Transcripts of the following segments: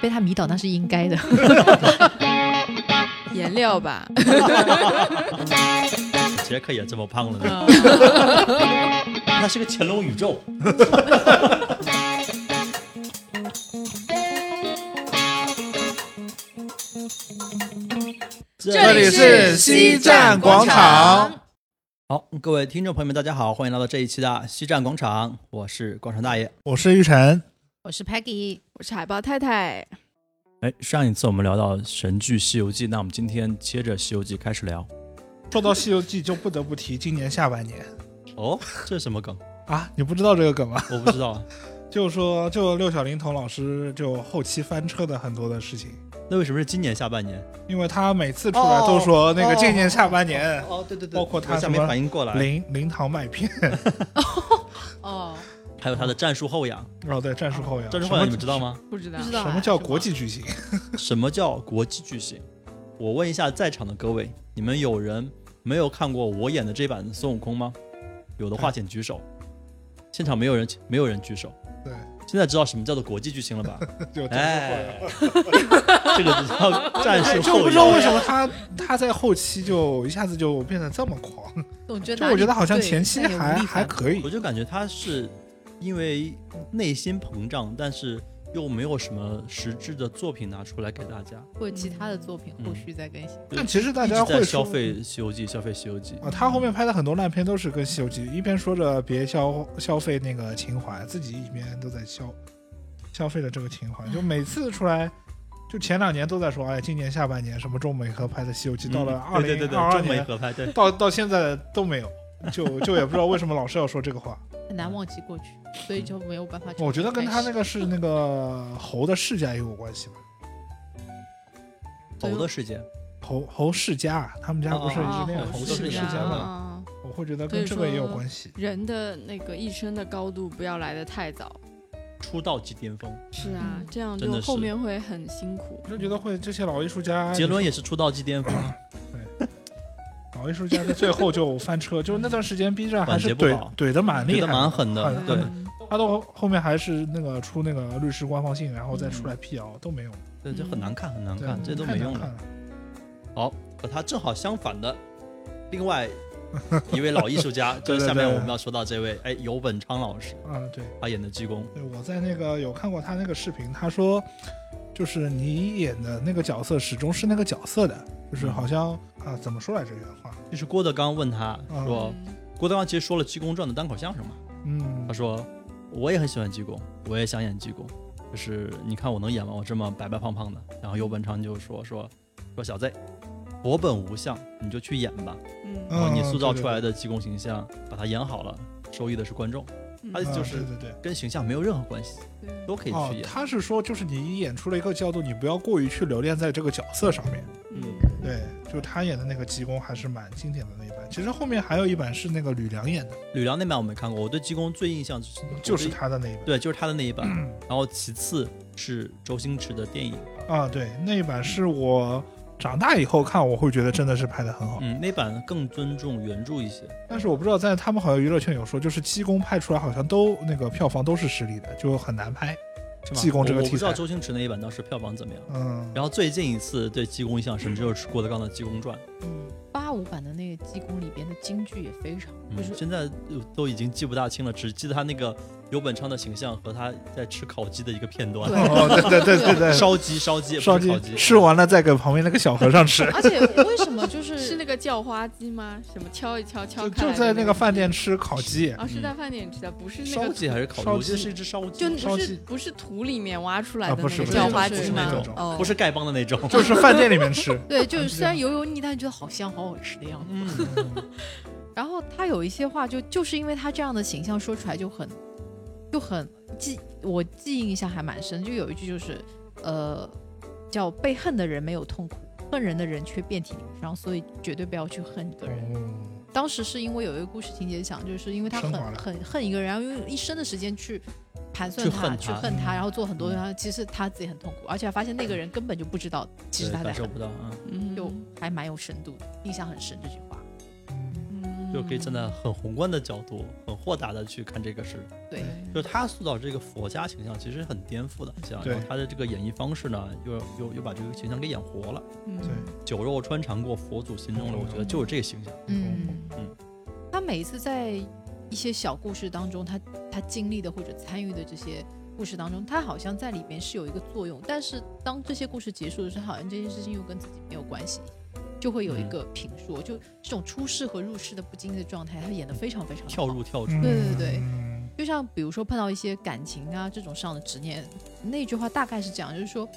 被他迷倒那是应该的。 颜料吧，杰克也这么胖了嗯呢，嗯 那是个乾隆宇宙。这里是西站广场。好，各位听众朋友们，大家好，欢迎来到这一期的西站广场，我是广场大爷。我是玉晨，我是 Peggy，我是海豹太太。哎，上一次我们聊到神剧《西游记》，那我们今天接着《西游记》开始聊。说到《西游记》，就不得不提今年下半年哦，这是什 么梗？啊，你不知道这个梗吗？ 我不知道。就是说，就六小龄童老师就后期翻车的很多的事情，那为什么是今年下半年？因为他每次出来都说那个今年下半年哦，对对对，包括他我一下没什么反应过来，灵灵堂麦片， 哦，还有他的战术后仰，然后对战术后仰，战术什么后仰你们知道吗？不知道不知道什么叫国际巨星？ 什么叫国际巨星？我问一下在场的各位，你们有人没有看过我演的这版孙悟空吗？有的话请举手。现场没有人，没有人举手。 对，现在知道什么叫做国际巨 星了吧？就战术后仰哎，这个就叫战术哎就后不知道仰。为什么他他在后期就一下子就变得这么狂，总觉就我觉得好像前期哪里不对还还。但也无力反驳可以我，就感觉他是因为内心膨胀，但是又没有什么实质的作品拿出来给大家。会有其他的作品嗯后续再更新，但其实大一家直会在说消费《西游记》，消费《西游记》啊，他后面拍的很多烂片都是跟《西游记》一边说着别消消费那个情怀，自己一边都在消消费了这个情怀，就每次出来。就前两年都在说，哎，今年下半年什么中美合拍的《西游记》，到了嗯二对零对对二对，二中美年，合拍，对，到到现在都没有，就就也不知道为什么老是要说这个话。很难忘记过去，所以就没有办法。我觉得跟他那个，个是那个猴的世家也有关系吧，哦猴的世界。猴猴世家啊，他们家不是哦一直练哦猴猴子世世家家的吗，啊，我会觉得跟这个也有关系。人的那个一生的高度不要来的太早。出道即巅峰，是啊嗯，这样真就的是后面会很辛苦我。就觉得会这些老艺术家，杰伦也是出道即巅峰，啊老艺术家在最后就翻车，就是那段时间 B 站还是管节怼不好怼的蛮觉厉得害，蛮狠的很。对嗯，他到后面还是那个出那个律师官方信，然后再出来辟谣都没用，对，这很难看，很难对看，这都没用太难看的。了。好，和他正好相反的，另外一位老艺 术家，就对对是对下面我们要说到这位，哎，游本昌老师，啊，对，他演的济公，对，我在那个有看过他那个视频，他说就是你演的那个角色始终是那个角色的，就是嗯好像啊怎么说来着原话，就是郭德纲问他啊说，郭德纲其实说了《济公传》的单口相声嘛，嗯他，说我也很喜欢济公，我也想演济公，就是你看我能演吗？我这么白白胖胖的。然后游本昌就说说说小 Z，我本无相，你就去演吧，嗯然后嗯你塑造对对出来的济公形象，把它演好了，受益的是观众，嗯他啊就是对对跟形象没有任何关系，对都可以对，哦去，演。他是说就是你演出了一个角度，你不要过于去留恋在这个角色上面。嗯对，就他演的那个济公还是蛮经典的那一版。其实后面还有一版是那个吕梁演的，吕梁那版我没看过，我对济公最印象就是就是，他的那一版我对对，就是他的那一版。嗯然后其次是周星驰的电影，啊。对，那一版是我长大以后看，我会觉得真的是拍的很好。嗯，那版更尊重原著一些。但是我不知道在他们好像娱乐圈有说，就是济公拍出来好像都那个票房都是失利的，就很难拍。是吗济公这个我我不题知道材周星驰那一版当时票房怎么样。 嗯，然后最近一次对济公印象深就是郭德纲的《济公传》，嗯八五版的那个济公里边的京剧也非常，嗯就是 现在都已经记不大清了，只记得他那个游本昌的形象和他在吃烤鸡的一个片段，对。哦，对对对对 对，烧鸡烧鸡也烧不是鸡烤鸡，吃完了再给旁边那个小和尚吃 而且为什么就是是那个叫花鸡吗？什么敲一敲敲就开来就的在那那个饭店吃烤鸡，啊，嗯是在饭店吃的，不是那烧个鸡还是烤鸡？烧鸡我记得是一只烧鸡，就不烧是鸡不是土里面挖出来啊的不那是个不是叫花不是鸡不是吗那？种哦，不是丐帮的那种。 就是饭店里面吃。对，就是虽然油油腻，但是觉得好香，好好吃的样子。嗯，然后他有一些话就就是因为他这样的形象说出来就很就很记，我记忆印象还蛮深，就有一句就是呃叫被恨的人没有痛苦，恨人的人却遍体鳞伤，所以绝对不要去恨一个人。哦当时是因为有一个故事情节想，就是因为他很升华了很恨一个人，然后用一生的时间去。盘算去他，恨去他恨他，嗯然后做很多，然后其实他自己很痛苦，而且还发现那个人根本就不知道，其实对他在感受恨不，到啊。嗯嗯就还蛮有深度的，印象很深这句话。嗯嗯就可以站在很宏观的角度、很豁达的去看这个事。对，就是他塑造这个佛家形象其实很颠覆的，像然后对他的这个演绎方式呢，又又又把这个形象给演活了。嗯对酒肉穿肠过佛祖心中了，我觉得就是这个形象。嗯嗯他每一次在一些小故事当中，他他经历的或者参与的这些故事当中，他好像在里边是有一个作用，但是当这些故事结束的时候，好像这件事情又跟自己没有关系，就会有一嗯个评说，就这种出世和入世的不经意的状态，他演的非常非常跳好入跳出，嗯对对对嗯就像比如说碰到一些感情啊这种上的执念，那句话大概是这样，就是说，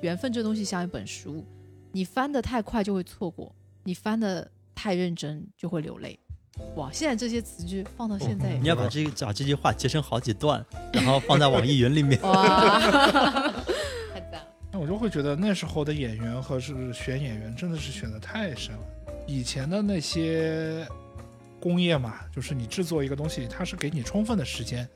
缘分这东西像一本书，你翻得太快就会错过，你翻得太认真就会流泪。哇，现在这些词句放到现在也哦你是、。要把这个把这句话截成好几段，然后放在网易云里面 哇， 太赞 了。那我就会觉得那时候的演员和是选演员真的是选的太深了。以前的那些工业嘛，就是你制作一个东西，它是给你充分的时间，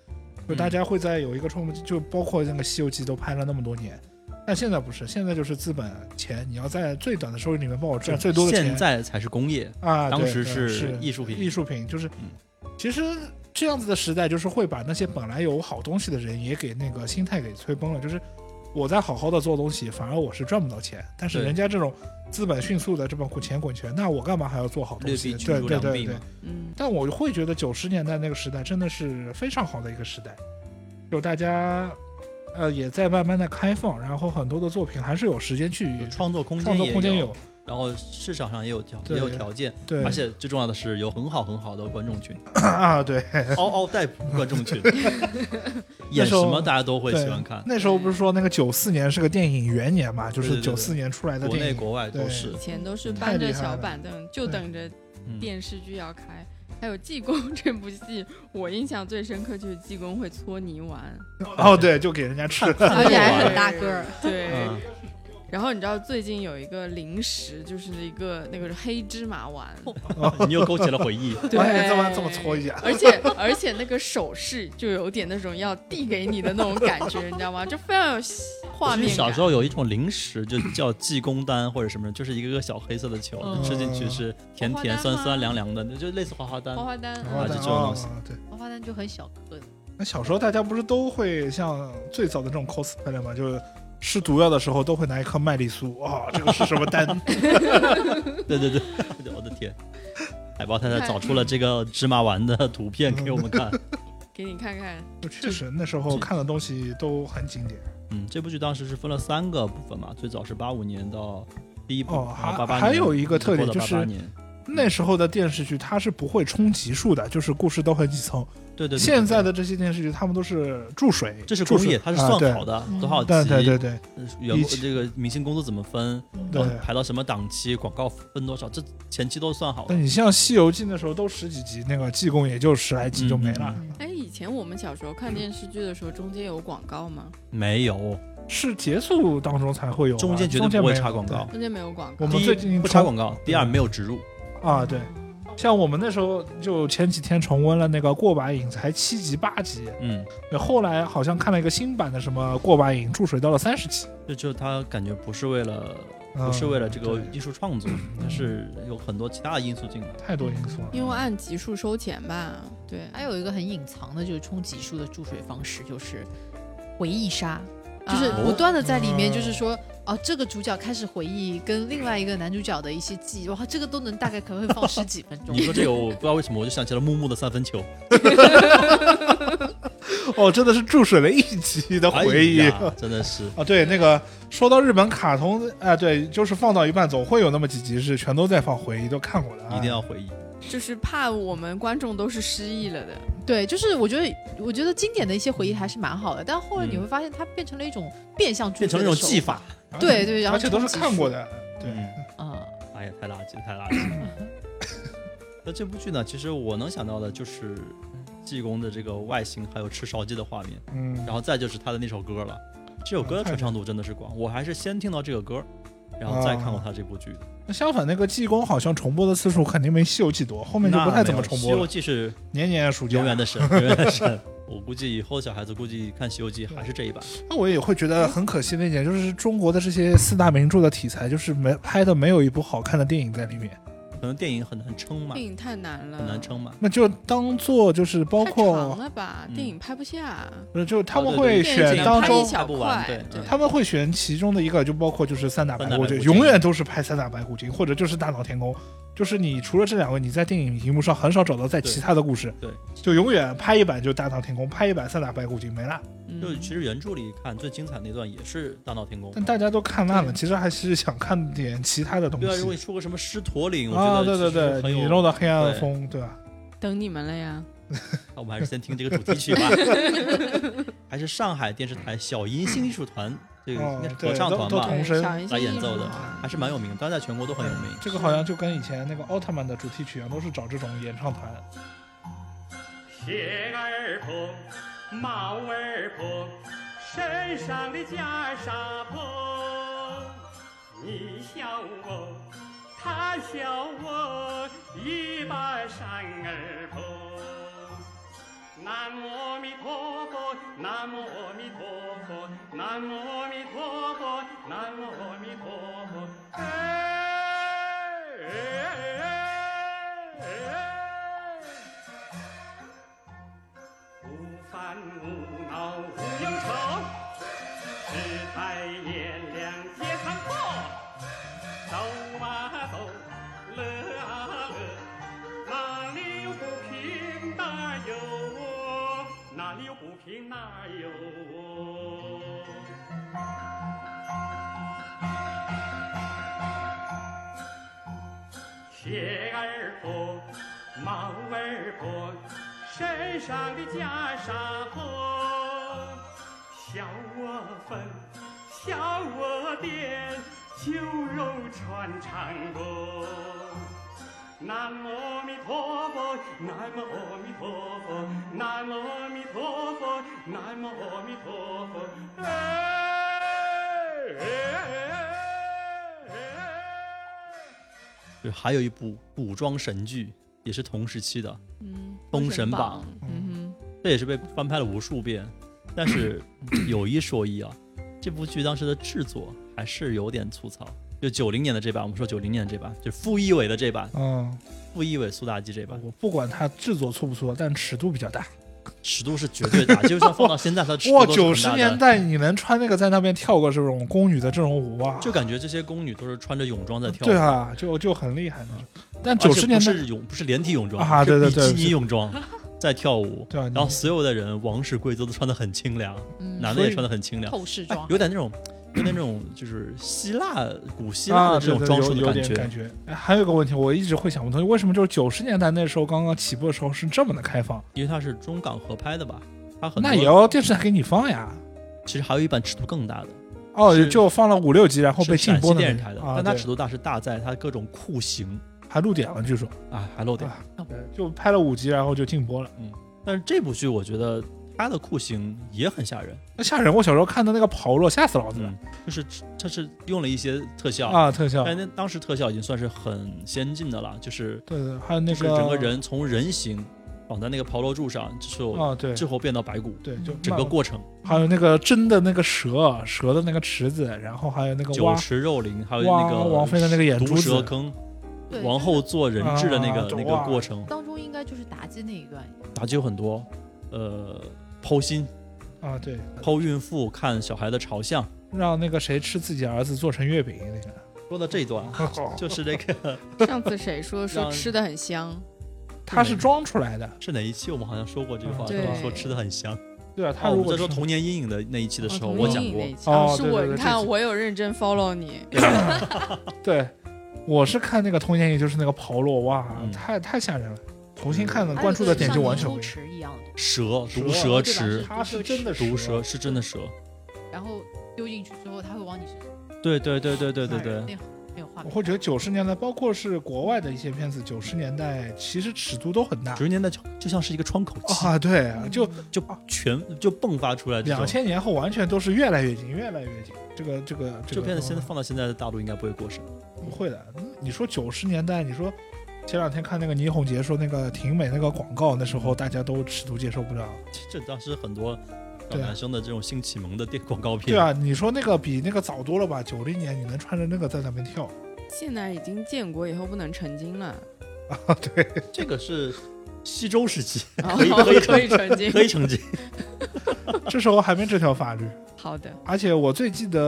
就大家会在有一个充分，就包括那个《西游记》都拍了那么多年。但现在不是，现在就是资本钱，你要在最短的收益里面帮我赚最多的钱。现在才是工业，啊，当对时对是是艺术品嗯艺术品就是，其实这样子的时代，就是会把那些本来有好东西的人，也给那个心态给催崩了。就是我在好好的做东西，反而我是赚不到钱，但是对人家这种资本迅速的这么滚钱滚钱，那我干嘛还要做好东劣西？币对驱对逐良对币对嘛。。嗯但我会觉得九十年代那个时代真的是非常好的一个时代，就大家。呃，也在慢慢的开放，然后很多的作品还是有时间去有创作空创间作也空间有有，，然后市场上也有条对也有条件，对，而且最重要的是有很好很好的观 众群，啊，对，嗷嗷待哺观众 群，演什么大家都会喜欢看，那时候不是说那个九四年是个电影元年嘛，就是对对九对四年出来的国电内影，国外都是以。前都是嗯搬太厉着害小了板凳，就对等着嗯电视剧要开。还有《济公》 这部戏，我印象最深刻就是济公会搓泥丸，哦，对，就给人家吃 了。而且还很啊大个 儿，对。嗯，然后你知道最近有一个零食，就是一个那个黑芝麻 丸，你又勾起了回忆。我也哎这么这么搓一啊下，而且而且那个手势就有点那种要递给你的那种感觉，你知道吗？就非常有 画就是面小感时。候有一种零食，就叫济公丹或者什么，就是一个个小黑色的球，嗯吃进去是甜甜酸酸凉凉的，就类似花花丹花。花丹，然后就再这种东哦西，对。花花丹就很小颗的，那小时候大家不是都会像最早的这种 cosplay 嘛，就是吃毒药的时候都会拿一颗麦丽素，哦，这个是什么丹？对对 对，我的天！海豹太太找出了这个芝麻丸的图片给我们看。给你看看，就确实那时候看的东西都很经典。嗯，这部剧当时是分了三个部分嘛，最早是八五年到第一部，哦然后还八八年嗯还有一个特点就是88年那时候的电视剧它是不会冲集数的，就是故事都很紧凑。对对对，现在的的这些电视剧，他们都是注水，这是注工水业，它是算啊对好的，嗯多少集，呃对对对对员以工前这个明星工资怎么分，然后对。排到什么档期，广告分多少，这前期都算好但了。你像《西游记》那时候都十几集，那个济公也就十来集就没了。嗯哎，以前我们小时候看电视剧的时候，中间有广告吗？没有，是结束当中才会有啊，中间绝嗯中对不会没有插广告。中间没有广告我。第们一最近嗯不插重广告，第二没有植入，对啊，对。像我们那时候就前几天重温了那个《过把瘾》，才七集八集，嗯，后来好像看了一个新版的什么《过把瘾》，注水到了三十集，这就他感觉不是为了嗯不是为了这个对嗯艺术创作，它是有很多其他的因素进来。太多因素了。因为按集数收钱吧，对，还有一个很隐藏的，就是冲级数的注水方式，就是回忆杀。就是啊不断的在里面，哦就是说，哦、这个主角开始回忆跟另外一个男主角的一些记忆，哇，这个都能大概可能会放十几分钟你。说这个，我不知道为什么，我就想起了木木的三分球。哦，真的是注水了一集的回忆。哎呀真的是。啊，对，那个说到日本卡通，啊，对，就是放到一半总会有那么几集是全都在放回忆，都看过的、啊，一定要回忆，就是怕我们观众都是失忆了的。对，就是我觉得，我觉得经典的一些回忆还是蛮好的，但后来你会发现它变成了一种变相注变成水的了一种手技法。啊对对然后而且都是冲击看过的，对，嗯，嗯，哎呀，太垃圾，太垃圾 了。那这部剧呢，其实我能想到的就是济公的这个外形，还有吃烧鸡的画面，嗯，然后再就是他的那首歌了。这首歌的传唱度真的是广，我还是先听到这个歌，然后再看过他这部剧的。那相反，那个济公好像重播的次数肯定没《西游记》多，后面就那不太怎么没有重西播游了。记》是年年暑假，永远 的神，永远的神。我估计以后小孩子估计看《西游记》还是这一版。那我也会觉得很可惜的一点，就是中国的这些四大名著的题材，就是没拍的没有一部好看的电影在里面。可能电影很难撑满电，影太难了，很难撑满。那就当做就是包太长括，了吧？嗯电影拍不下，啊呃就他们哦对会对电影只选能当拍中一小拍不完块对对嗯他们会选其中的一个，就包括就是三打白三打骨白精，骨精永远都是拍三打白骨精，或者就是大闹天宫。就是你除了这两位，你在电影荧幕上很少找到在对其他的故事。对，就永远拍一版就大闹天宫，拍一版三打白骨精没啦。嗯就是其实原著里看最精彩那段也是大闹天宫，但大家都看烂了，对其实还是想看点其他的东对啊，如果你西。出个什么狮驼岭，我啊，觉对得对其实对，很你有。啊弄到黑暗风，对吧？等你们了呀。那我们还是先听这个主题曲 吧，还是上海电视台小银星艺术团这个应该哦是，合对，唱都团都吧，童小声。一些来演奏的艺术啊还是蛮有名的，当然在全国都很有名。这个好像就跟以前那个奥特曼的主题曲一样，都是找这种演唱团。鞋儿破，帽儿破，身上的袈裟破。你笑我，他笑我，一把扇儿破。南无阿弥陀佛，南无阿弥陀佛，南无阿弥陀佛，南无阿弥陀佛。哎哎哎哎无烦无恼无忧愁，只待月亮街上过。走啊走，乐啊乐，哪里有不平哪有我，哪里有不平哪有我。鞋儿破，帽儿破，身上的袈裟破。笑我疯，笑我癫，酒肉穿肠过。南无阿弥陀佛，南无阿弥陀佛，南无阿弥陀佛，南无阿弥陀佛。哎哎哎哎哎就还有一部古装神剧，也是同时期的，嗯，封封神榜榜，嗯这也是被翻拍了无数遍。但 是有一说一啊，这部剧当时的制作还是有点粗糙。就九零年的这版，我们说九零年的这版，就傅艺伟的这版，嗯，傅艺伟、苏妲己这版，我不管它制作错不错，但尺度比较大。尺度是绝 对大，就算放到现在，它的尺度哇，都是九很十大的年代你能穿那个在那边跳过这种宫女的这种舞啊？就感觉这些宫女都是穿着泳装在跳舞。嗯对啊，就就很厉害呢。但而且九十年不代是泳，不是连体泳装啊是对对对比基尼泳装在跳舞。对啊，你然后所有的人，王室贵族都穿得很清凉，嗯，男的所也以穿得很清凉，透视哎装，有点那种， 有点那种就是希腊古希腊啊，的这对种对装有束的有感点觉。感觉。哎还有一个问题，我一直会想不通，为什么就是九十年代那时候刚刚起步的时候是这么的开放？因为它是中港合拍的吧，它很那多也要电视台给你放呀。其实还有一版尺度更大的，哦，是就放了五六集，然后是被禁陕播西的那电视种台的，啊、但它对尺度大是大在它各种酷刑还露点了，据说。啊，还露点。啊对，就拍了五集，然后就禁播了。但是这部剧我觉得它的酷刑也很吓人，那吓人！我小时候看的那个跑落，吓死老子了、嗯，就是它是用了一些特效，啊！特效，嗯但那当时特效已经算是很先进的了，就是对对，还有那就是个整个人从人形绑在那个炮楼柱上，就是有啊，对最后变到白骨，对，就整个过程还有那个真的那个蛇，蛇的那个池子，然后还有那个酒蛙池肉林，还有蛙那个王妃的那个眼珠毒蛇子，坑，对王后做人质的那个啊那哇个过程，当中应该就是妲己那一段，打击有很多，呃，剖心、啊，对，剖孕妇、看小孩的朝向。让那个谁吃自己儿子做成月饼那个。 说到这一段，啊就是那个哼， 上次谁说说让吃的 很香？他嗯是装出来的，是哪一期？我们好像说过这句话，嗯对就是说吃的很香。对啊，他他我如们果在说是童年阴影的那一期的时候，哦我讲同意过那一，期哦啊是对我，对对你这看次我有认真 follow 你，对，我是看那个童年，也就是那个刨落蛙，嗯太太吓人了。重新看的嗯还有关注的点就像完全泥不鳅一样。池一样蛇、的，蛇毒对蛇吧池、它是真的毒蛇是真的蛇。然后丢进去之后，它会往你身上对对对对对对那对，那那个画我面，会觉得九十年代，包括是国外的一些片子，九十年代其实尺度都很大九十嗯年代就就像是一个窗口期，啊。对，就嗯就全就迸发出来这两种。千年后完全都是越来越近，越来越近。这个这个这这个片子现在放到现在的大陆应该不会过审。不会的。嗯你说九十年代，你说前两天看那个倪虹洁说那个婷美那个广告，那时候大家都尺度接受不了。这这当时很多小对啊男生的这种性启蒙的电广告啊片，对啊，你说那个比那个早多了吧？九零年你能穿着那个在那边跳， 现在已经建国以后不能成 精了，啊，对，这个是西周时期，然以后哦可以可以成精。可以成精。这时候还没这条法律。好的，而且我最记得，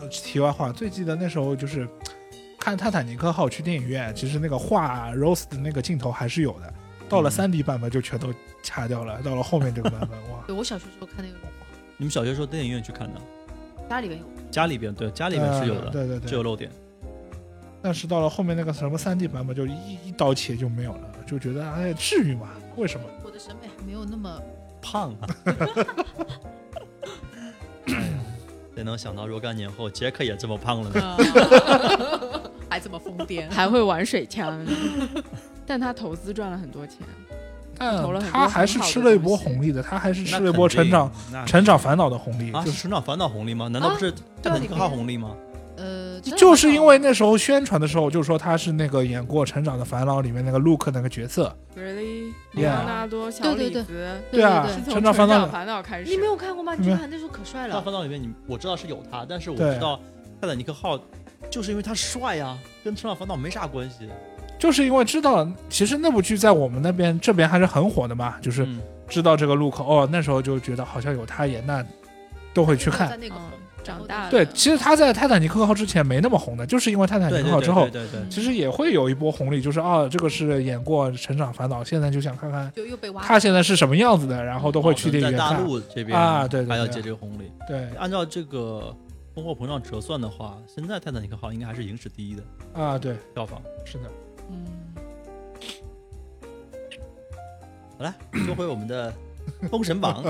呃题外话，最记得那时候就是看《泰坦尼克号》去电影院，其实那个画 Rose 的那个镜头还是有的。到了嗯3 D 版本就全都掐掉了，到了后面这个版本， 哇，对我小学时候看那个，你们小学时候电影院去看的？家里边有，家里边对，家里边是有呃的，对对是对。有漏点。但是到了后面那个什么3 D 版本，就一一刀切就没有了，就觉得哎，至于吗？为什么？我的审美还没有那么胖啊！ 哎谁能想到若干年后杰克也这么胖了呢？还这么疯癫还会玩水枪， 但他投资赚了很多钱。投了很多他还是很好的吃了一波东西红利的，他还是那吃了一嗯波肯成定长那成长烦恼的红利，啊，就是是成长烦恼红利吗？难道不是泰坦尼克号红利吗？呃，真的就是很因为那时候宣传的时候就说他是那个演过《成长的烦恼》里面那个 Luke 那个角色， Really， Yeah 里昂纳多、小对李对子，对啊对是对，成从《长烦成恼长烦恼》开始。你没有看过吗？没你有看那时候可帅成长了，烦恼里面你我知道是有他，但是我对知道泰坦尼克号就是因为他帅呀、跟成长烦恼没啥关系。就是因为知道其实那部剧在我们那边这边还是很火的嘛，就是嗯，知道这个 Luke 哦，那时候就觉得好像有他演，那都会去在看。那个嗯红长大了对，其实他在《泰坦尼克号》之前没那么红的，就是因为《泰坦对尼克号》对对之后对，对嗯对，其实也会有一波红利，就是啊，这个是演过《成长烦恼》，现在就想看看就又被挖他现在是什么样子的，然后都会去电影哦在院大看。陆这边啊对对还要对接这个红利。对按照这个通货膨胀折算的话，现在泰坦尼克号应该还是影史第一的啊，对，票房。是的，嗯，好了，说回我们的《封神 榜》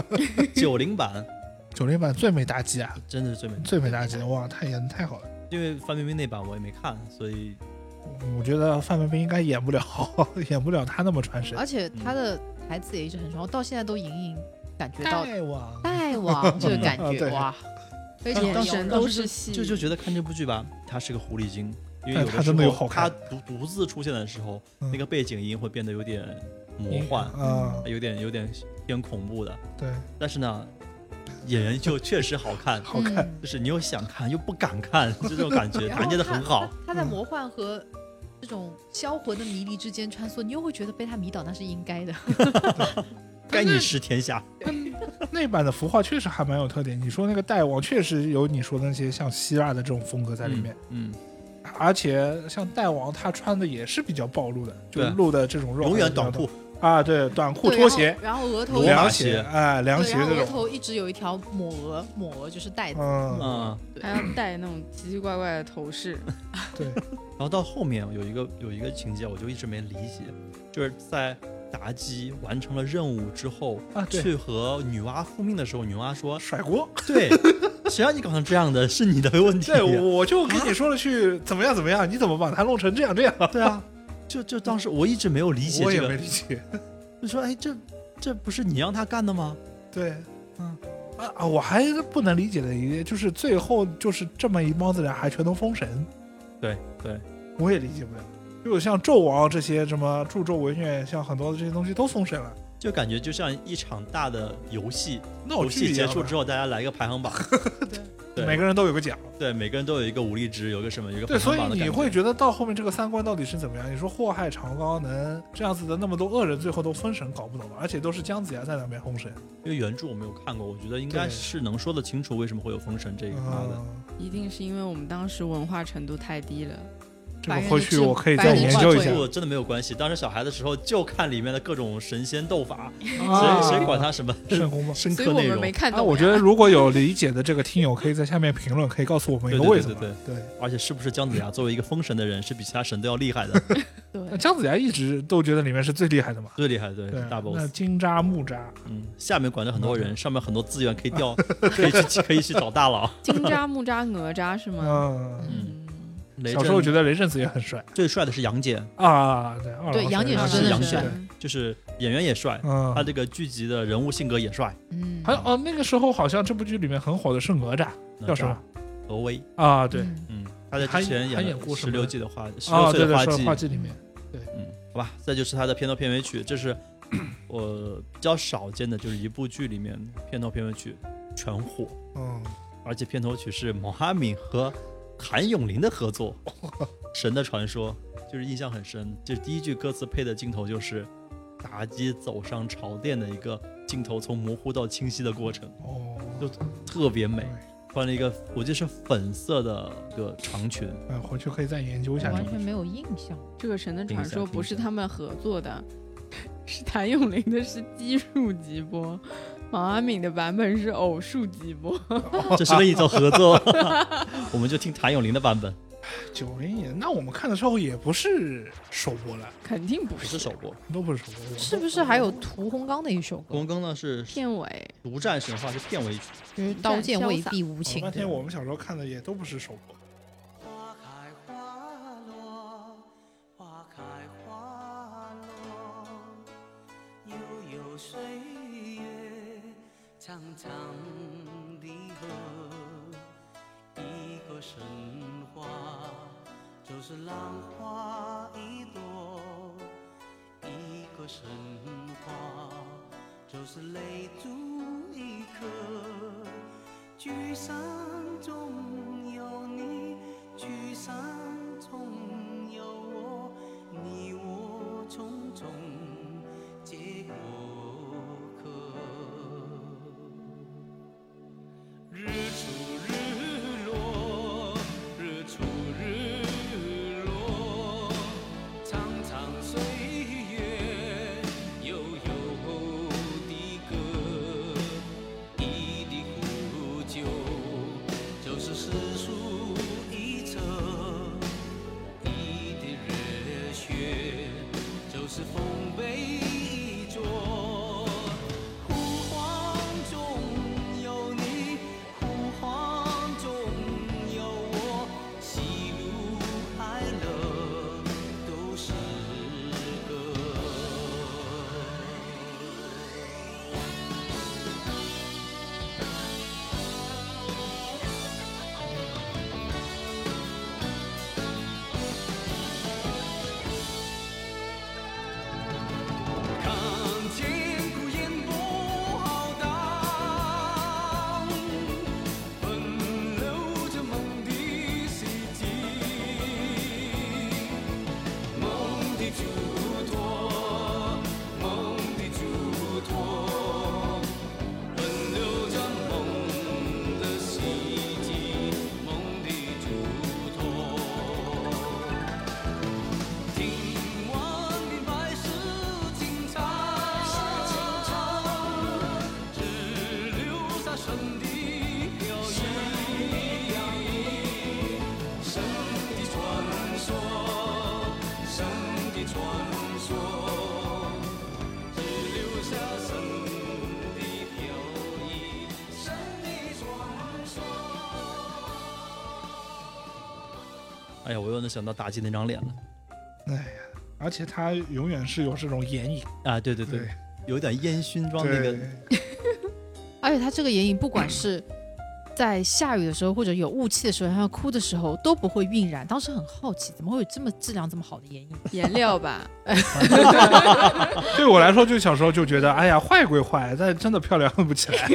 九零版，九零版最美大吉啊，真的是最美的，最美大吉，哇，他演的太好了。因为范冰冰那版我也没看，所以我觉得范冰冰应该演不了，演不了她那么传哦神。而且他的台词也一直很爽，我到现在都隐隐感觉到大王，大王 这个感啊觉对 哇，非常眼当妖时神娆都当是时戏，就就觉得看这部剧吧，她是个狐狸精，因为但有她真的有时好候看她独独自出现的时候，嗯那个背景音会变得有点魔幻，啊，有点有点偏恐怖的。对，，但是呢，演员就确实好看好看。嗯就是你又想看又不敢看，就这种感 觉然后团结的他很好。他。他嗯在魔幻和这种销魂的迷离之间穿梭，你又会觉得被他迷倒，那是应该的。该你是天下，嗯 那版的服化确实还蛮有特点。你说那个大王确实有你说的那些像希腊的这种风格在里面，嗯，而且像大王他穿的也是比较暴露的，就对露的这种嗯，肉，永远短裤，啊，对，短裤对拖鞋、然后然后额头罗马凉鞋哎，凉对，鞋然后这额种，头一直有一条抹额，抹额就是带子。嗯，嗯。还要戴那种奇奇怪怪的头饰。对，然后到后面有一个有一个情节，我就一直没理解，就是在妲己完成了任务之后，啊对去和女娲复命的时候，女娲说甩锅。：“ 对，谁让你搞成这样的，是你的问题。对，我就跟你说了去怎么样怎么样，你怎么把它弄成这样这样？” 对啊，就就当时我一直没有理解我这也没个，理解。就说：“哎，这这不是你让他干的吗 对，嗯，啊啊，我还是不能理解的一点就是，最后就是这么一帮子人还全都封神，？”对对，我也理解不了。就像纣王这些什么助纣为虐，像很多的这些东西都封神了，就感觉就像一场大的游戏，闹游剧戏一结样束的之后，大家来一个 排行榜，对每个人都有个奖。对，每个人都有一个武力值，有一个什么，有一个对，排所行以榜的感你会觉得到后面这个三观到底是怎么样？你说祸害长冈能这样子的那么多恶人，最后都封神，搞不懂。而且都是姜子牙在那边封神，因为原著我没有看过，我觉得应该对是能说得清楚为什么会有封神这一趴的。嗯，一定是因为我们当时文化程度太低了。这白个回人的去智我可以白再人的研智究一慧下。我真的没有关系。当时小孩的时候就看里面的各种神仙斗法，啊谁谁管他什么圣公吧。 深所以刻我内们容啊没？看懂那呀、我觉得如果有理解的这个听友，可以在下面评论，可以告诉我们一个对对为什对么。对对而且是不是 姜子牙作为一个封神的人，是比其他神都要厉害的，那对，姜子牙一直都觉得里面是最厉害的嘛。最厉害对对，那大 boss。金吒、木吒，嗯，下面管着很多人，上面很多资源可以调，可以去 可以去找大佬。金吒、木吒、哪吒是吗？嗯，嗯，雷小时候觉震得雷震子也很帅最帅的是杨戬，啊。对，二对郎杨神戬是二郎真的神是对就是演员也帅，嗯他，这个剧集的人物性格也帅。嗯，还有哦，那个时候好像这部剧里面很火的是哪吒，哪叫吒什么？罗威，啊？对，嗯嗯，他在还之前还演演过什十么六季的花，十啊，六对岁的对，花是季画，季里面，嗯，好吧，再就是它的片头片尾曲，这是我比较少见的，就是一部剧里面片头片尾曲全火，嗯，而且片头曲是毛阿敏和谭咏麟的合作，神的传说》，就是印象很深。就是第一句歌词配的镜头就是妲己走上朝殿的一个镜头，从模糊到清晰的过程，哦，就特别美对。穿了一个我记得是粉色的一个长裙， 呃，回去可以再研究一下我这完个。全没有印象。这个神的听一传下说听一不是下他们合作的，是谭咏麟的是奇数集播，毛阿敏的版本是偶数集播。这是另一种合 作，我们就听谭咏麟的版本，九零年，那我们看的时候也不是首播了，肯定不不是首播。都不是首播。是不是还有屠洪刚的一首歌公庚呢是片尾独占神话是片尾曲，嗯就是啊“刀剑未必无我情半”哦天我们小时候看的也都不是首播。花开花落，花开花落，悠悠岁月，长长的河，一个神话就是浪花一朵，一个神话就是泪珠一颗，聚散总有你。聚散总有我，你我匆匆皆过客。日出日落，日出日落，长长岁月，悠悠的歌，你的苦酒就是世俗一辙，你的热血就是丰碑一座。呼唤中有你，呼唤中有我，喜怒哀乐都是歌。看千古烟波浩荡，奔流着梦的希冀，梦的嘱托，梦的嘱托，奔流着梦的希冀，梦的嘱托。听我明白是情长，只留下神的飘逸，神的传说，神的传说，只留下神的飘逸，神的传说。哎呀，我又能想到妲己那张脸了。哎呀，而且他永远是有这种眼影，啊，对对对，对有点烟熏妆那个对，而且他这个眼影，不管是在下雨的时候，或者有雾气的时候，还有哭的时候，都不会晕染。当时很好奇，怎么会有这么质量这么好的眼影？颜料吧，对我来说，就小时候就觉得，哎呀，坏归坏，但真的漂亮不起 来。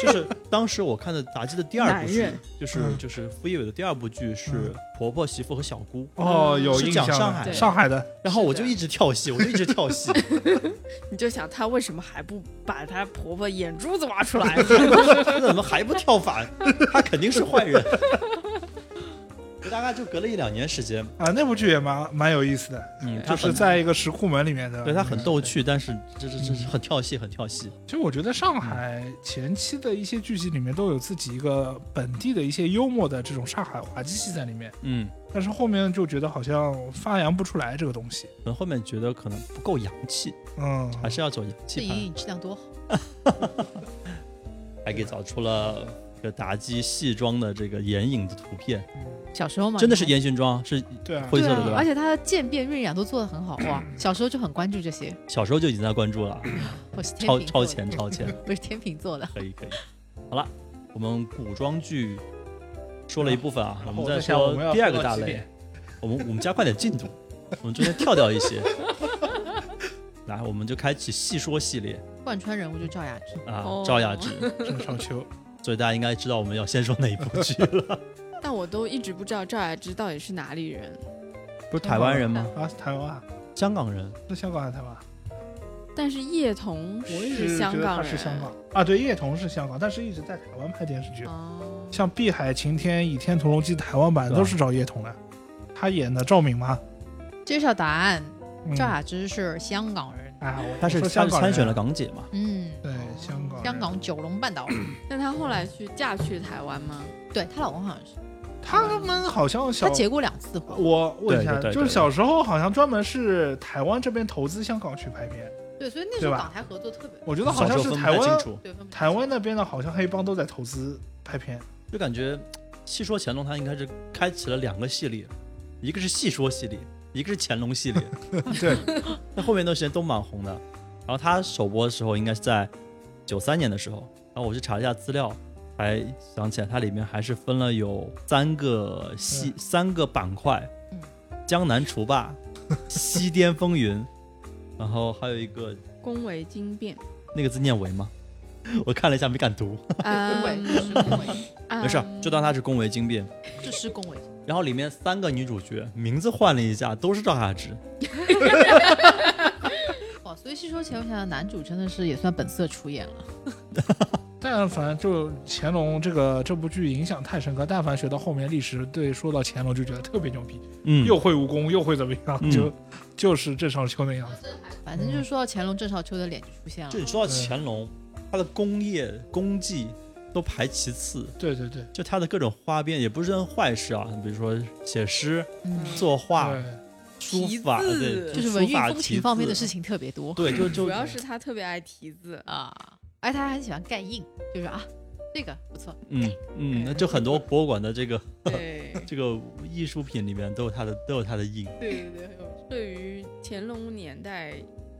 就是当时我看的妲己的第二部男剧人，就是、嗯就是傅艺伟的第二部剧是嗯《婆婆媳妇和小姑》，哦，有是印讲象上了海对上海的，然后我是就的一直跳戏，我就一直跳戏，你就想她为什么还不把她婆婆眼珠子挖 出来？她怎么还不跳反？她肯定是坏人。就大概就隔了一两年时间，啊，那部剧也蛮蛮有意思的，嗯，她就是很在嗯一个石库门里面的，对她很逗。趣，但是这这这是很跳戏，很跳戏。其实我觉得上海前期的一些剧集里面都有自己一个本地的一些幽默的这种上海滑稽戏在里面，嗯，但是后面就觉得好像发扬不出来这个东西。可能后面觉得可能不够洋气，嗯，还是要走洋这气派眼。影质量多好！还给找出了这个妲己戏装的这个眼影的图片，小时候嘛，真的是你看烟熏妆，是对 啊，灰色对的啊对，吧而且他的渐变晕染都做得很好哇。小时候就很关注这些。小时候就已经在关注了，我是天超超秤座的，前超前，我是天秤座的。可以可以。好了，我们古装剧说了一部分啊，然我后们我再在想我说们要第二说个到大几类点，我们我们加快点进度，我们中间跳掉一些。来，我们就开启细说系列贯穿人物就赵雅芝，啊哦，赵雅芝，郑少秋，所以大家 应该知道我们要先说哪一部剧了。但我都一直不知道赵雅芝到底是哪里人，不是台湾人吗？啊，台湾啊，香港人，是香港还是台湾啊？但是叶童我一直是觉香得港他人，是香港啊，对，叶童是香港，但是一直在台湾拍电视剧，哦，像《碧海晴天》《倚天屠龙记》台湾版是啊都是找叶童的，他演的赵敏嘛。揭晓答案，嗯赵雅芝是香港人，啊，我他是我说他香是港人参选了港姐嘛？嗯，对香港人香，港九龙半岛，那她后来去嫁去台湾吗？对她老公好像是，他们好像小她结过两次婚，我问一下对对，对对就是小时候好像专门是台湾这边投资香港去拍片，对，所以那时候对吧港台合作特别，我觉得好小像时候是台分不太清湾楚，对，分不清台湾那边的，好像黑帮都在投资拍片。就感觉戏说乾隆，他应该是开启了两个系列，一个是戏说系列，一个是乾隆系列。对，那后面一段时间都蛮红的。然后他首播的时候应该是在九三年的时候，然后我去查了一下资料，才想起来它里面还是分了有三个系、三个板块嗯，江南除霸、西滇风云，然后还有一个宫闱 金变，那个字念为吗？ 我看了一下没敢读，宫 啊，维是宫维，嗯 没事儿，就当她它是宫维经变。这是宫维，然后里面三个女主角名字换了一下，都是赵雅芝。哇，哦所以戏说乾隆想想男主真的是也算本色出演了，但凡就乾隆这个这部剧影响太深刻，但凡学到后面历史，对说到乾隆就觉得特别牛逼，嗯，又会武功，又会怎么样，嗯就就是郑少秋那样子。反嗯正就是说到乾隆郑少秋的脸就出现了就，你说到乾隆，他的工业功绩都排其次，对对对，就他的各种花边也不是件坏事啊，比如说写诗、嗯，作画、对书法，题字对，就是文书艺法风题情方面字的事，情特别多，对，就主就要是她特别爱提字，啊，而且他还喜欢盖印，就是啊，这个不错，嗯嗯，那就很多博物馆的这个对 这个艺术品里面都有他的都有他的印，对对对，很有对于乾隆年代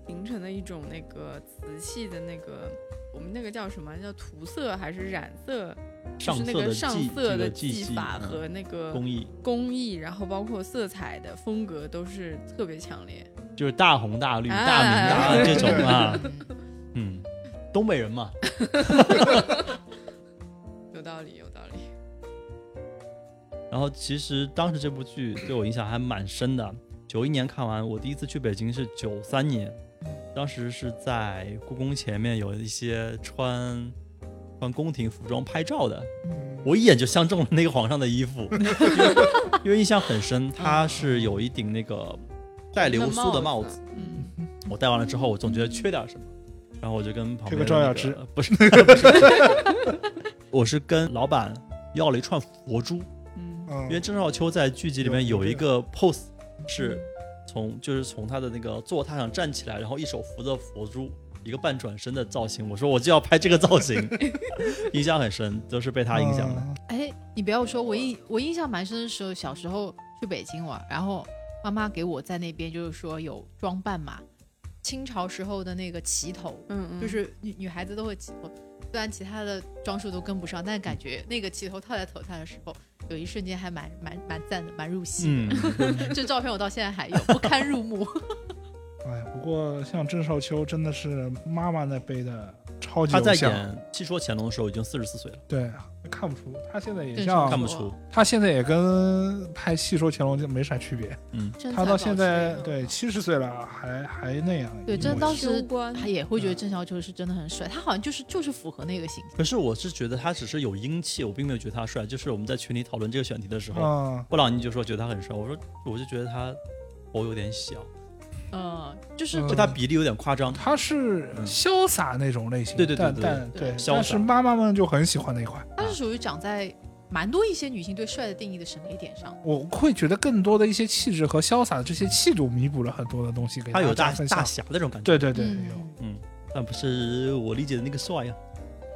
形成的一种那个瓷器的那个，我们那个叫什么叫涂色还是染色？就上是那色个的上技色这的个技技艺法嗯和那个工艺，工艺，然后包括色彩的风格都是特别强烈。就是大红大绿、哎大明大暗这种啊，嗯嗯，东北人嘛，有道理，有道理。然后其实当时这部剧对我影响还蛮深的。九一年看完，我第一次去北京是九三年，当时是在故宫前面有一些穿穿宫廷服装拍照的，我一眼就相中了那个皇上的衣服，因为 因为印象很深，他是有一顶那个带流苏的帽子，，嗯，我戴完了之后，我总觉得缺点什么，然后我就跟旁边缺个的赵那雅芝不是， 不是 我是跟老板要了一串佛珠。嗯，嗯因为郑少秋在剧集里面有一个嗯 pose 是从就是从他的那个坐榻上站起来，然后一手扶着佛珠，一个半转身的造型。我说我就要拍这个造 型，印象很深，都是被他影响的。嗯哎，你不要说，我印我印象蛮深的时候，小时候去北京玩，然后妈妈给我在那边就是说有装扮嘛，清朝时候的那个旗头，嗯嗯，就是女女孩子都会旗头，虽然其他的装束都跟不上，但感觉那个旗头套在头上的时候，有一瞬间还蛮蛮蛮赞的，蛮入戏嗯的。，这照片我到现在还有，不堪入目。哎，不过像郑少秋真的是妈妈那辈的超级他偶在像，演《戏说乾隆》的时候已经四十四岁了，对，看不出他现在也郑像少看秋不出。他现在也跟拍《戏说乾隆》就没啥区别，真他材到保现持在那种对七十岁了还还那样。对，真的当时秋官他也会嗯觉得郑少秋是真的很帅，他好像就是就是符合那个形象。可是我是觉得他只是有英气，我并没有觉得他帅。就是我们在群里讨论这个选题的时候，嗯，布朗尼就说觉得他很帅，我说我就觉得他头有点小，嗯，就是嗯就他比例有点夸张。他是嗯潇洒那种类型，对对对但对但对对潇，但洒是妈妈们就很喜欢那一款。它是属于长在蛮多一些女性对帅的定义的审美点上。我会觉得更多的一些气质和潇洒的这些气度弥补了很多的东西，给他有大大家分享大。侠那种感觉，对对对，嗯有但不是我理解的那个帅呀、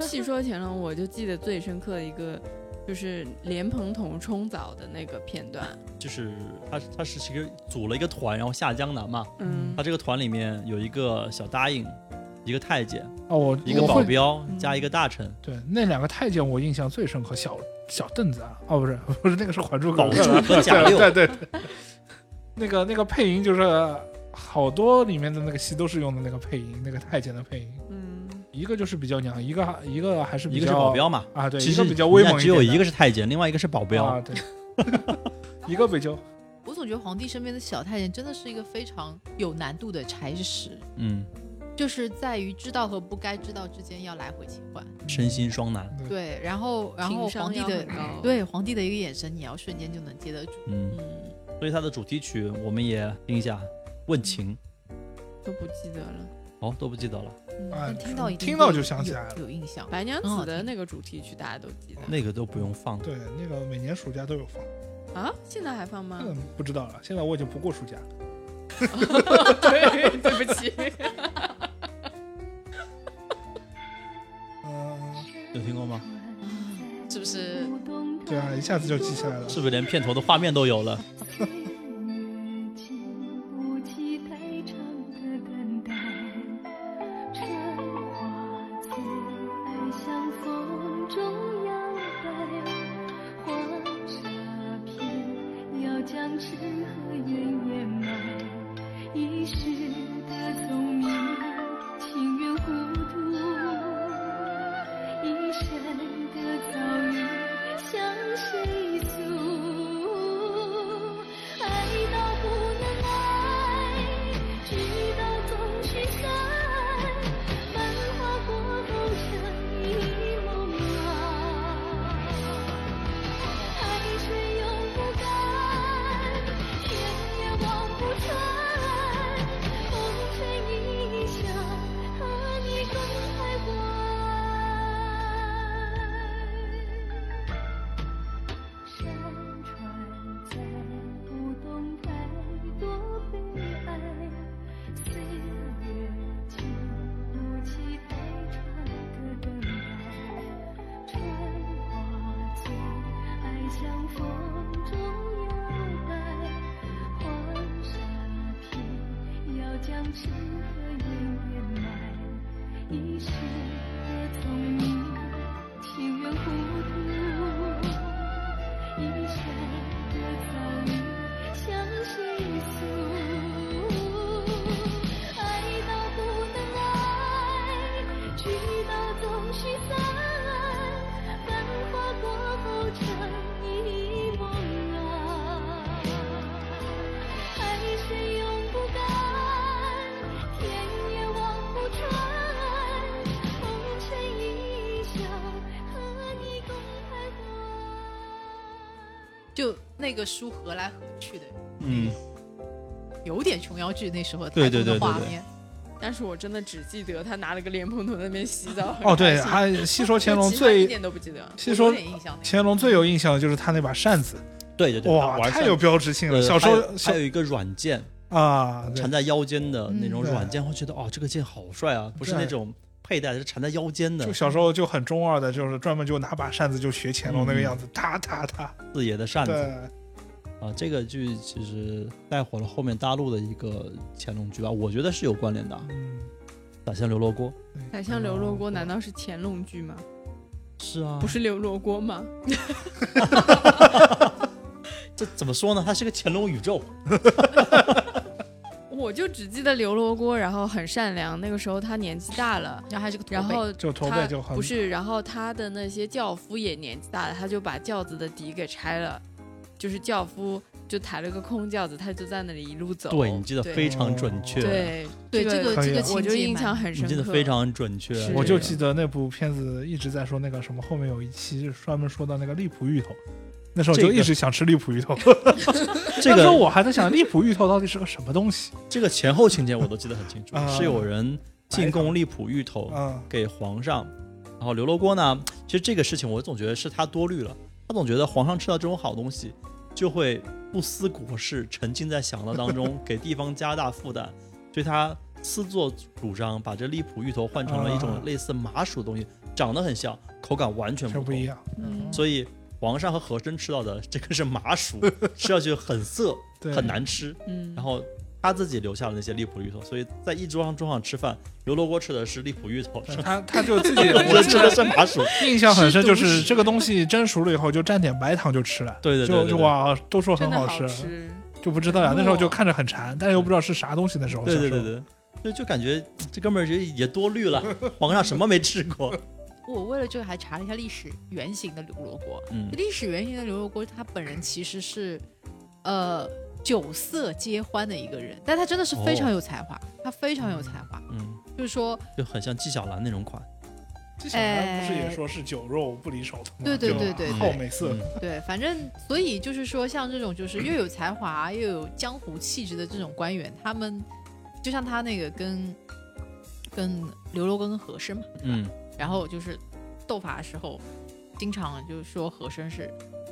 戏说乾隆，我就记得最深刻的一个就是莲蓬头冲澡的那个片段。就是他他是其实组了一个团，然后下江南嘛。嗯他，这个团里面有一个小答应，一个太监，哦，我一个我保会镖嗯加一个大臣。对那两个太监我印象最深刻，小小凳子啊，哦不是 不是那个是《还珠格宝格》柱和贾对六，对对对， 那个那个配音就是好多里面的那个戏都是用的那个配音，那个太监的配音，嗯，一个就是比较娘，一个一个还是比一较个是保镖嘛。啊，对，其一实个比较威你看猛只有点的一个是太监，另外一个是保镖。啊 啊，对，一个比较我总觉得皇帝身边的小太监真的是一个非常有难度的差事，嗯，就是在于知道和不该知道之间要来回切换。嗯身心双难，对，然后然后情商皇帝要的很高对皇帝的一个眼神，你要瞬间就能接得住。嗯，嗯，所以它的主题曲我们也听一下，《问情》都不记得了。哦，都不记得了，嗯哎但听到一定听到会就想起来了有有印象。白娘很好子的听那个主题曲大家都记得那个都不用放，对，那个每年暑假都有放，啊？现在还放吗？嗯，不知道了。现在我已经不过暑假， 对，对不起。 嗯，有听过吗？是不是？对啊，一下子就记起来了。是不是连片头的画面都有了？不期待长的等待，春花最爱像风中摇摆，黄沙偏要将痴和怨掩埋，一时的聪明情愿糊涂，一生的遭遇向谁诉？爱到不能爱，直到总是散。繁华过后剩一梦啊。海水永不干，天也望不穿。风吹一笑，和你共徘徊。山川再不懂太多悲哀，岁月经不起太长的等待。春花最爱像风中摇摆，黄沙偏要将痴和怨掩埋，一时的聪明情愿糊涂，一生的遭遇向谁诉？爱到不能爱，直到总是散。繁华过后成一梦啊，海水永不干，天也望不穿。风吹一笑，和你共徘徊。就那个书何来何去的，嗯，有点琼瑶剧那时候的对台对风对的画对对面。但是我真的只记得他拿了个莲蓬头在那边 洗澡。哦，对，还还《戏说乾隆》一最点都不哎记得。戏说有点印象那个。乾隆最有印象的就是他那把扇子，对对对，哇，玩太扇有标志性了。呃小时还有候小还有一个软件啊，对缠在腰间的那嗯种对软件，会觉得哦，这个剑好帅啊，不是对那种佩戴，是缠在腰间的就。小时候就很中二的，就是专门就拿把扇子就学乾隆那个样子，哒哒哒。四爷的嗯扇子对，啊，这个剧其实带火了后面大陆的一个乾隆剧吧，我觉得是有关联的啊。嗯，宰相刘罗锅宰相哎刘罗哦锅难道是乾隆剧吗？是啊，不是刘罗锅吗？这怎么说呢？它是个乾隆宇宙，我就只记得刘罗锅，然后很善良。那个时候他年纪大了，然后还是个驼背然后就驼他背就很不是，然后他的那些轿夫也年纪大了，他就把轿子的底给拆了，就是轿夫就抬了个空轿子，他就在那里一路走。对你记得对非常准确，对对这个可以这个啊情我就节印蛮象很你深刻。记得非常准确是。我就这个记得那部片子一直在说那个什么，后面有一期就专门说到那个荔浦芋头，那时候这就个一直想吃荔浦芋头。 这那时候个我还在想荔浦芋头到底是个什么东 西这个前后情节我都记得很清 楚，啊是有人进贡荔浦芋头啊？给皇上，然后刘罗锅呢，其实这个事情我总觉得是他多虑了，他总觉得皇上吃到这种好东西就会不思国事，沉浸在享乐 当中，给地方加大负担，所以他私作主张把这荔浦芋头换成了一种啊类似麻薯的东西，长得很像，口感完全这不不同一。样。嗯所以皇上和和珅吃到的这个是麻 薯，吃下去很涩，对很难吃。嗯，然后他自己留下了那些荔浦芋头，所以在一桌上桌上吃饭，刘罗锅吃的是荔浦芋头，对他他就自 己，我我吃的是麻薯。印象很深，吃独就食是这个东西蒸熟了以后，就蘸点白糖就吃了。 对对对对就就对哇，都说真很的吃，嗯吃。就不知道呀。那时候就哦看着很馋，但是又不知道是啥东西。那时候，对对小对时候，对，就就感觉这哥们儿也也多虑了，皇上什么没吃过？我为了这个还查了一下历史原型的刘罗锅。嗯历史原型的刘罗锅，他本人其实是，呃，酒色皆欢的一个人，但他真的是非常有才华，他非常有才华，哦嗯，就是说，就很像纪晓岚那种款。这小孩不是也说是酒肉不离手的吗？对对吧对对好对美色嗯，对，反正所以就是说，像这种就是又有才华又有江湖气质的这种官员，他们就像他那个跟跟刘罗根和珅嘛，嗯，然后就是斗法的时候，经常就是说和珅是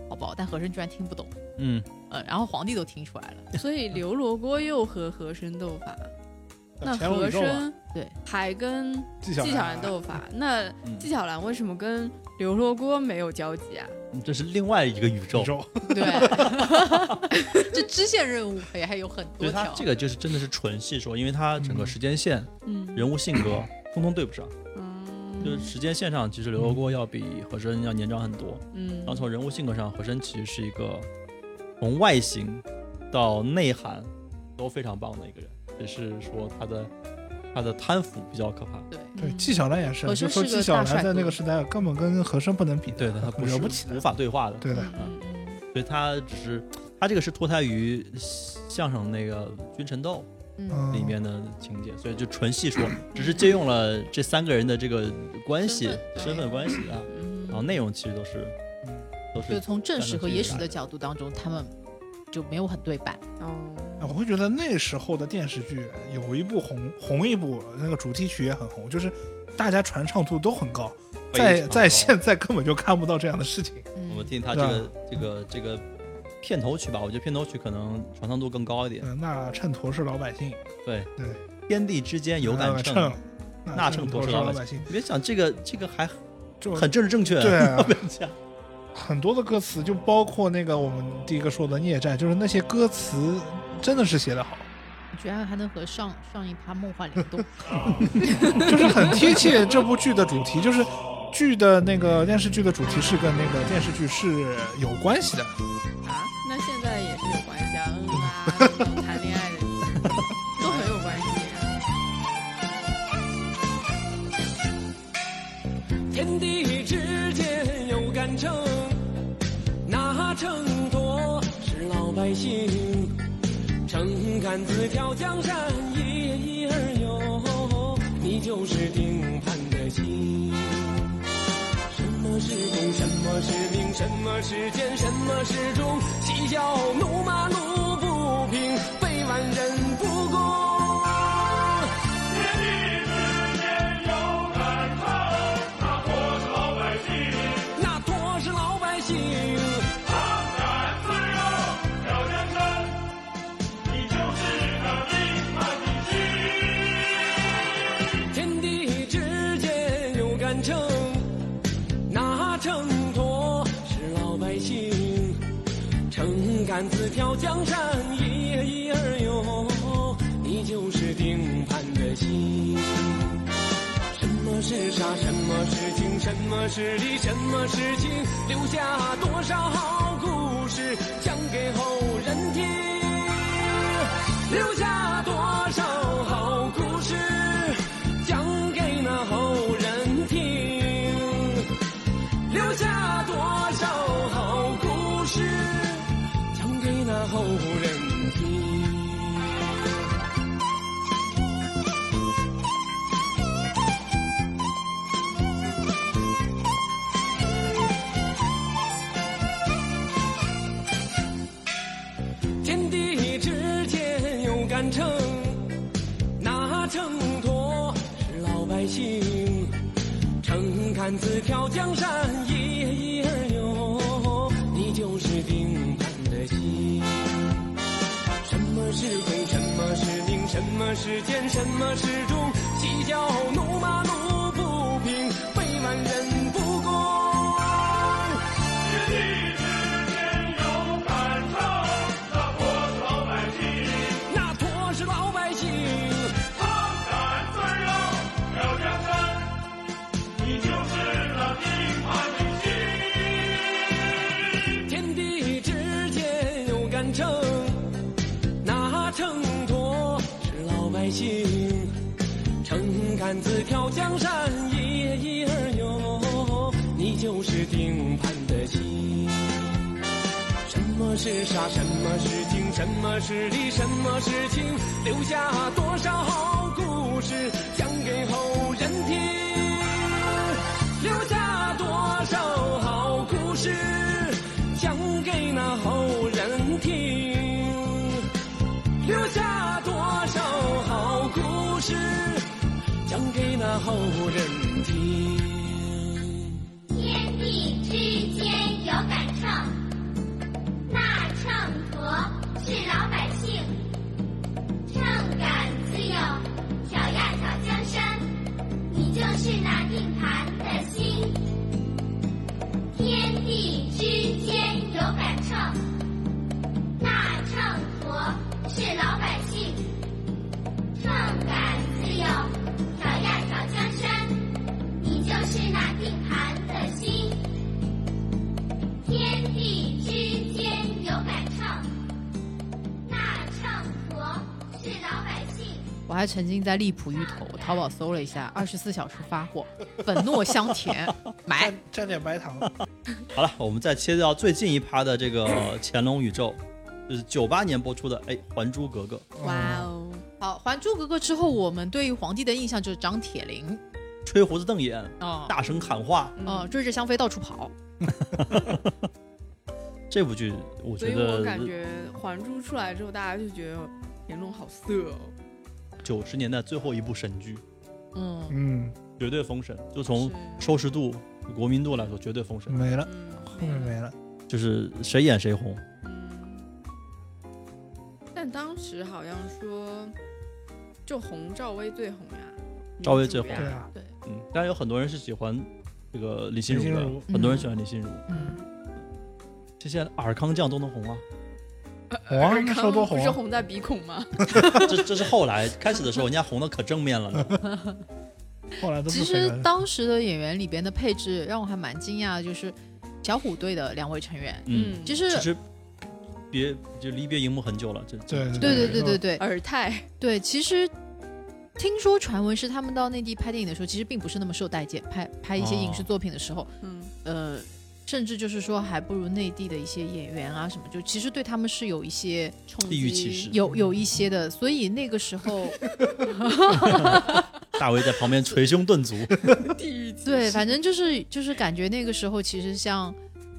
哦好宝，但和珅居然听不懂，嗯，呃，然后皇帝都听出来了，所以刘罗锅又和和珅斗法，那乾隆和宇宙啊嘛，珅对还跟纪啊晓纪晓岚岚斗法，那嗯纪晓岚为什么跟刘罗锅没有交集啊？这是另外一个宇宙嗯宇。宙， 对， 这支线任务也还有很就多是条啊他，啊这个就是真的是纯细说，因为他整个时间线、嗯，人物性格通通对不上。嗯，就是时间线上，其实刘罗锅要比和珅要年长很多。嗯，然后从人物性格上，和珅其实是一个从外形到内涵都非常棒的一个人，只是说他的他的贪腐比较可怕。对，嗯对，纪晓岚也是，和就珅说是个纪晓大帅岚在那哥个时代根本跟和珅不能比的，对的，他不是惹不起的无法对话的，对的，嗯嗯所以他只是他这个是脱胎于相声那个《君臣斗嗯，嗯，》里面的情节，所以就纯戏说，只是借用了这三个人的这个关系、身份关系啊，嗯，然后内容其实都是嗯都就是从正史和野史大的角度当中，他们就没有很对半。哦，哎我会觉得那时候的电视剧有一部红红一部，那个主题曲也很红，就是大家传唱度都很高，非在常在高现在根本就看不到这样的事情。嗯我们听他这个啊这个这个片头曲吧，我觉得片头曲可能传唱度更高一点。嗯，那秤砣是老百姓，对，对，天地之间有那杆秤秤，，那秤砣秤砣是老老百百姓，你别想这个这个还就 很政治正确，对啊讲很多的歌词，就包括那个我们第一个说的孽债，就是那些歌词真的是写得好，居然还能和上上一趴梦幻联动，就是很贴切这部剧的主题，就是。剧的那个电视剧的主题是跟那个电视剧是有关系的，啊，那现在也是有关系啊，嗯啊，那种谈恋爱的都很有关系啊。天地之间有杆秤，那秤砣是老百姓，秤杆子挑江山，一夜一儿有，你就是定盘的心。什么是功，什么是名，什么是奸，什么是忠？嬉笑怒骂怒不平，被万人不公。那多是老百姓。天地之间有杆秤，那秤砣是老百姓，秤杆子挑江山，一儿一儿有，你就是定盘的心。什么是傻，什么是情，什么是理，什么是情，留下多少好故事讲给后人听，留下多少好故事讲给那后人听，留下多少好故事讲给那后人听。天地之间有杆秤，那秤砣是老百姓，秤杆子挑江山，一儿一儿有，你就是定盘的心。什么是忠，什么是名，什么是奸，什么是忠？嬉笑怒骂怒不平，被万人不公。那坨是老百姓。天地之间有杆秤，那秤砣是老百姓，秤杆子挑江山，一儿一儿有，你就是定盘的心。什么是傻，什么是情，什么是理，什么是情，留下多少好故事讲给后人听，留下多少好故事讲给那后人听。留下多少好故事，讲给那后人听。天地之间有杆秤，那秤砣是老百姓，秤杆子有挑呀挑江山，你就是那定盘的心。天地之间有杆秤，那秤砣是老百姓，秤杆子有挑呀挑江山。你就是那定盘的心。天地之间有杆秤，那秤砣是老百姓。我还沉浸在荔浦芋头，我淘宝搜了一下，二十四小时发货，粉糯香甜，买蘸。蘸点白糖，好了，我们再切到最近一趴的 这个乾隆宇宙，就是九八年播出的，哎，《还珠格格》嗯哇哦，好，《还珠格格》之后，我们对于皇帝的印象就是张铁林吹胡子瞪眼，啊，大声喊话，哦、追着香妃到处跑。这部剧我所觉以我感得觉《还珠》出来之后，大家就觉得乾隆好色哦。九十年代最后一部神剧，嗯，嗯，绝对封神，就从是收视度、国民度来说绝对封神，没了，后面嗯，没了。就是谁演谁红。嗯，但当时好像说，就红赵薇最红呀，赵薇最红女主对呀啊，嗯，当然有很多人是喜欢这个李心如李的，心如很多人喜欢李心如，嗯，这些尔康酱都能红啊。哇，尔那时康候多不红是哎啊，红在鼻孔吗？这这是后来开始的时候，人家红的可正面了呢。后来都其不实谁了。当时的演员里边的配置让我还蛮惊讶的，就是小虎队的两位成员，嗯，其就是实别就离别荧幕很久了，这对这对对对嗯对对尔泰，对，其实。听说传闻是他们到内地拍电影的时候，其实并不是那么受待见。拍拍一些影视哦作品的时候，嗯，呃，甚至就是说还不如内地的一些演员啊什么，就其实对他们是有一些嗯冲地域击歧视有有一些的，所以那个时 候大卫在旁边捶胸顿足。地域歧视对，反正就是就是感觉那个时候其实像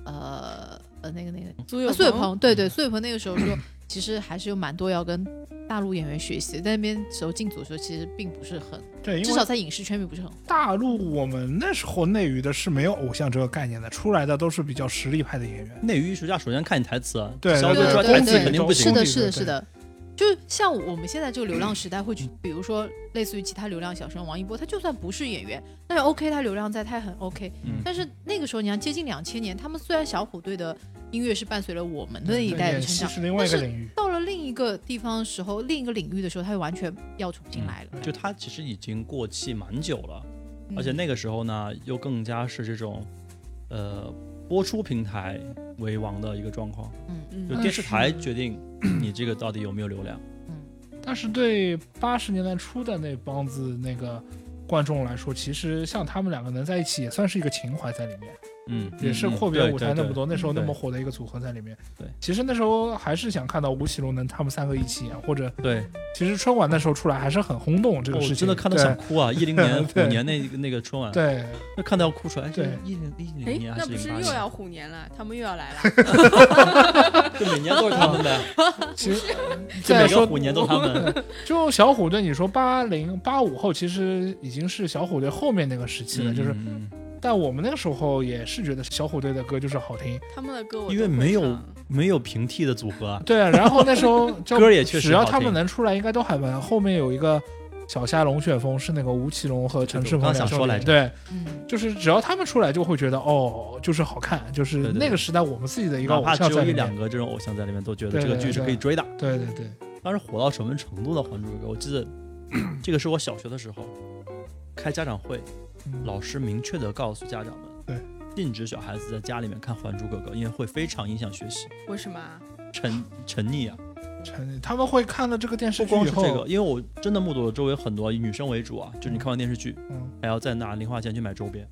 呃呃那个那个苏有啊苏有朋，对对苏有朋那个时候说，其实还是有蛮多要跟大陆演员学习，在那边时候进组的时候其实并不是很，对，至因少为在影视圈并不是很大陆我们那时候内娱的是没有偶像这个概念的，出来的都是比较实力派的演员。内娱艺术家首先看你台词啊，对稍微对抓对台词对肯定不行。是的，功底是的，对是的。就是像我们现在这个流量时代，会去，比如说类似于其他流量小生王一博，他就算不是演员，但是 OK，他流量在，他也很 OK 嗯。但是那个时候，你要接近两千年，他们虽然小虎队的音乐是伴随了我们那一代的演成戏长，是另外一个领域，到了另一个地方的时候，另一个领域的时候，他就完全要重新来了。就他其实已经过气蛮久了，嗯嗯而且那个时候呢，又更加是这种，呃，播出平台为王的一个状况，就嗯，电视台决定你这个到底有没有流量。但是对八十年代初的那帮子那个观众来说，其实像他们两个能在一起，也算是一个情怀在里面，嗯，也是嗯阔别舞台那么。嗯对对对多，那时候那么火的一个组合在里面。对，其实那时候还是想看到吴奇隆能他们三个一起啊演，或者对，其实春晚那时候出来还是很轰动这哦个我事情，真的看到到想 哭啊！一零年、对五年那那个春晚，对，那看到要哭出来。哎，对一零一哎零年，还那是不是零八又年？要虎年了？他们又要来了。 就每年都是他们呗，其实 就再每说个虎年都他们。就小虎队，你说八零八五后，其实已经是小虎队后面那个时期了， 就是嗯但我们那个时候也是觉得小虎队的歌就是好听，他们的歌我都因为会没有唱嗯没有平替的组合啊，对啊。然后那时 候就歌也确实只要好他们听能出来，应该都还蛮。后面有一个小虾龙卷风，是那个吴奇隆和陈世我鹏刚想两说少来年，着对，嗯，就是只要他们出来，就会觉得哦，就是好看，就对是对那个时代我们自己的一个哪偶怕像只有在一里两面。个这种偶像在里面，都觉得对这个对剧是对可以追的。对对对，当时火到什么程度的《还珠格格》？我记得 这个是我小学的时候开家长会，嗯老师明确的告诉家长们，对，禁止小孩子在家里面看《还珠格格》，因为会非常影响学习，为什么啊？沉沉溺啊。嗯陈他们会看了这个电视不剧光以是这个，后，因为我真的目睹了周围很多以女生为主啊，就是你看完电视剧，嗯，还要再拿零花钱去买周边。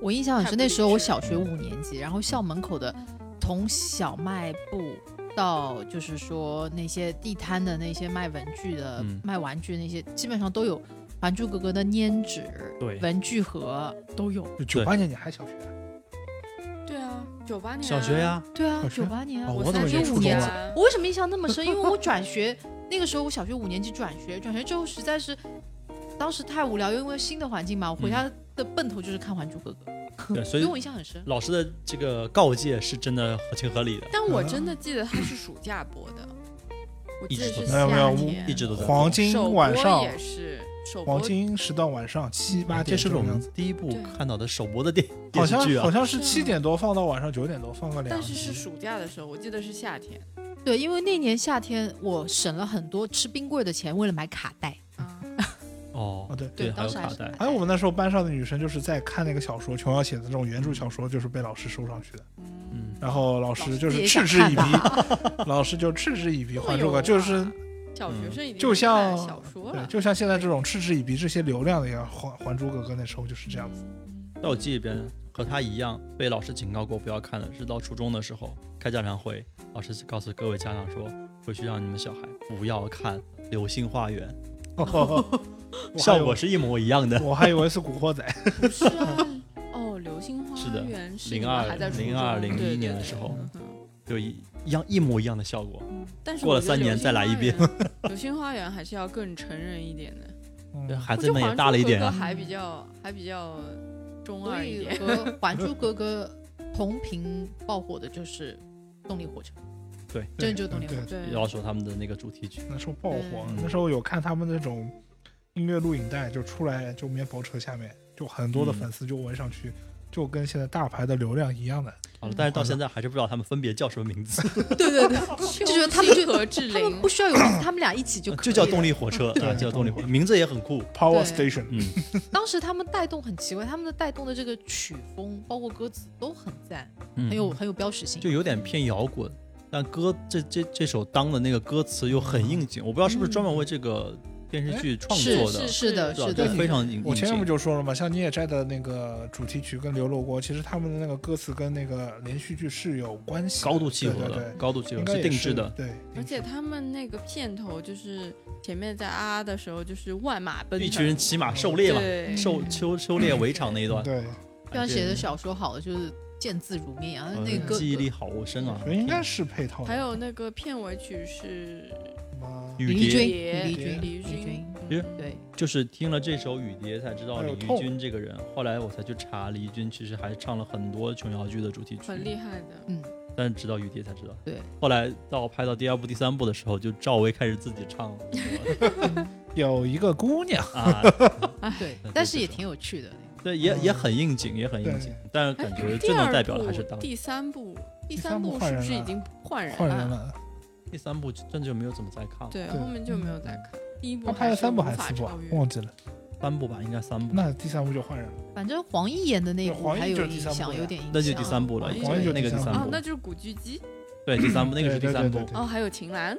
我印象很深，太不嗯那理时候我智小学五年级，然后校门口的。从小卖部到就是说那些地摊的那些卖文具的、嗯卖玩具那些，基本上都有《还珠格格》的粘纸、对文具盒都有。就九八年你还小学，对啊，九八年啊小学，呀，对啊，小学九八年啊，哦我我怎么以为35初中年了 啊我为什么印象那么深？因为我转学那个时候，我小学五年级转学，转学之后实在是当时太无聊，又因为新的环境嘛，我回家的奔头就是看《还珠格格》对，所所以以嗯我印象很深。老师的这个告诫是真的合情合理的，但我真的记得它是暑假播的，我记得嗯一直是都夏没有没有天，一直都在做黄金首播晚上，也是首播黄金时段晚嗯上七八这点是这我种样们子，第一部对看到的首播的电好电视像剧好啊，像是是啊七点多放到晚上九点多，放个两但是集。是暑假的时候，我记得是夏天对，因为那年夏天我省了很多吃冰柜的钱，为了买卡带。啊，哦哦，，对，对，还当有时还卡是带，还有我们那时候班上的女生就是在看那个小说，琼瑶写的这种原著小说，就是被老师收上去的。嗯，嗯，然后老师就自是己嗤想之看以吧鼻， 老师就嗤之以鼻，《还珠格格》哎呦就是哇小嗯学生已经就像看小说对，了，就像现在这种嗤之以鼻这些流量的一样，《还还珠格格》那时候就是这样 子。在我记忆里边和他一样被老师警告过不要看的，是到初中的时候开家长会，老师告诉各位家长说，回去让你们小孩不要看《流星花园哦》，效果是一模一样的。我还以为是《古惑仔》不 是啊， 哦，《流星花是的园》是02你们还在初中02 01对年的对时候对嗯就一一样一模一样的效果。但是过我了觉得三年流星再来花一遍园， 流星花园还是要更成人一点的。啊对，嗯，孩子啊们也大了一点我觉得还珠格格啊，还比较还比较中所二一以 点。和《还珠格格》同屏爆火的就是《动力火车》，对，真的就是《动力对火车》。对，老鼠他们的那个主题曲，那时候爆火嗯。那时候有看他们那种音乐录影带，就出来就面包车下面，就很多的嗯粉丝就围上去，就跟现在大牌的流量一样的。好啊嗯了，但是到现在还是不知道他们分别叫什么名字，对对对， 就就是他们就和 志他们玲不，需要有，他们俩一 起就可以啊就叫了动力火 车啊，对就叫动力火车，名字也很酷。 Power 对 Station，嗯，当时他们带动很奇怪，他们的带动的这个曲风，包括歌词都很赞，嗯很有很有标识性就。有点偏摇滚，但歌这这这首当的那个歌词又很应景，我不知道是不是专门为这个电视剧创哎是作的是，是的，对吧是就的对，非常应我应前面不景。就说了吗？像《你也摘》的那个主题曲跟《流落国》，其实他们的那个歌词跟那个连续剧是有关系的，高度契合对的，对高度契对，合应该也定制的，对，而定制且他们那个片头就是前面在啊啊的时候就是万马奔腾，一群人骑马狩猎嘛，对，狩秋秋猎围场那一段，啊对，就像写的小说好的，就是见字如面一样。嗯那个歌记忆力好深啊我觉，得应该是配套的。还有那个片尾曲是吗？雨李蝶军，蝶李军，李李军军，，其实嗯对，就是听了这首《雨蝶》才知道还李有宇痛君这个人，后来我才去查，李宇君其实还唱了很多琼瑶剧的主题曲，很厉害的。嗯，但是直到《雨蝶》才知道。对，后来到拍到第二部、第三部的时候，就赵薇开始自己唱了有一个姑娘， 啊，对那，但就是也是挺有趣的。对，也也很应景，也很应景对，但是感觉哎第最能二代表的部还是当第三部，第第三三部部换是不人是已了经换人换人？啊了，第三部，真的就没有怎么再看了，对，对嗯后面就没有再看。第一部他拍了是三部无还法是四部啊超？越忘记了。三部吧，应该三部，那第三部就换人了，反正黄奕演的那一部黄奕还有就是第印三部象，了有点印象。那就第三部了，黄已奕黄奕经就那个第第三啊三，部那，就是古巨基对，第三部那个是第对三对部对，对哦，还有秦岚，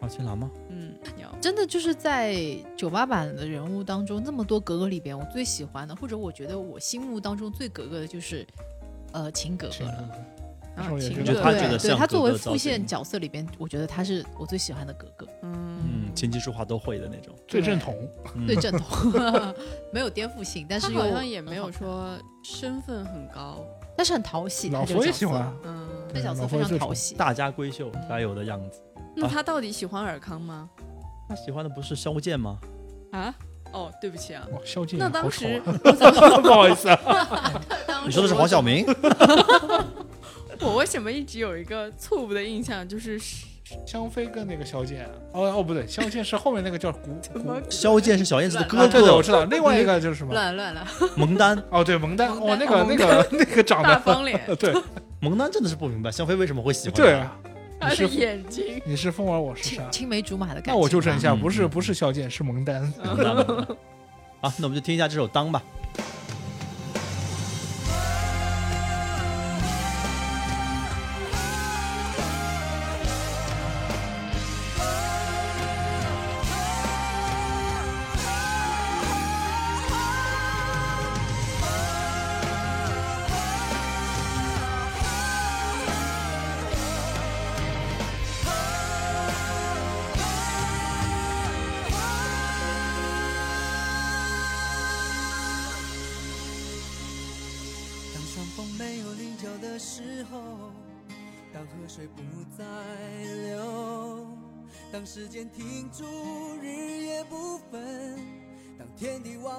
啊，青兰吗？嗯，有真的就是在酒吧版的人物当中，那么多格格里边，我最喜欢的，或者我觉得我心目当中最格格的就是，呃，秦格格行了。那啊时候也觉秦格得格，他觉得对，对像她格格作为的造副线型角色里边，我觉得她是我最喜欢的格格，嗯嗯，琴棋书画都会的那种，最正统，嗯最正 统，没有颠覆性，但他是好又像也没有很好，说身份很高，但是很讨喜。老她这个佛也角喜色欢，，嗯，这对角色老佛非爷常最讨宠喜。大家闺秀该有的样子。那他到底喜欢尔康吗？他喜欢的不是萧剑吗？ 啊？哦，对不起啊，哇，萧敬那腾好当丑 时啊，不好意思啊，当时你说的是黄晓明？我为什么一直有一个错误的印象，就是香妃跟那个萧剑啊，哦哦不对，萧剑是后面那个叫古 古，嗯啊萧剑是小燕子的哥对 对我哥，知道，另外啊一个就是什么？乱乱了，蒙丹，哦对，蒙丹，哦蒙丹那个那个那个长大得，方脸，对蒙丹真的是不明白香妃为什么会喜欢他对啊，他你的是眼睛，你是风儿，我是青沙。青梅竹马的感觉。那我纠正一下，嗯不是嗯不是萧剑，是蒙丹。蒙丹蒙丹好，那我们就听一下这首《当》吧。我时候，当河水不再流，当时间停住，日夜不分，当天地万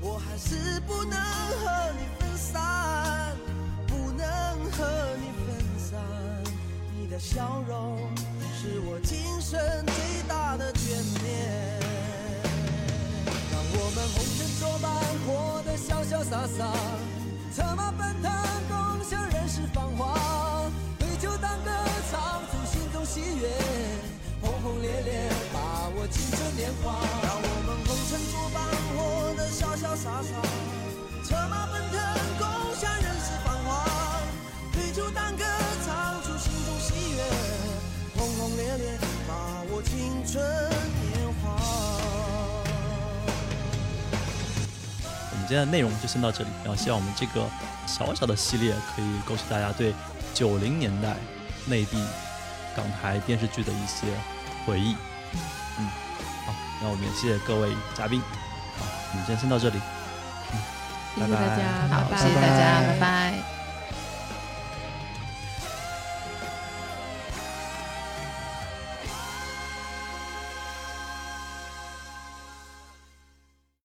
我还是不能和你分散，不能和你分散。你的笑容是我今生最大的眷恋。让我们红尘作伴，活得潇潇洒洒，策马奔腾，共享人世繁华。对酒当歌，唱出心中喜悦，轰轰烈烈，把握青春年华。让我们红尘作伴，活得潇潇洒洒，策马奔腾，共享人世繁华。对酒当歌，唱出心中喜悦，轰轰烈烈，把握青春年华。我们今天的内容就先到这里，然后希望我们这个小小的系列可以勾起大家对九零年代内地港台电视剧的一些回忆。嗯，好，那我们也谢谢各位嘉宾，好，我们今天先到这里。嗯谢谢大家，好，拜谢谢大家，拜拜。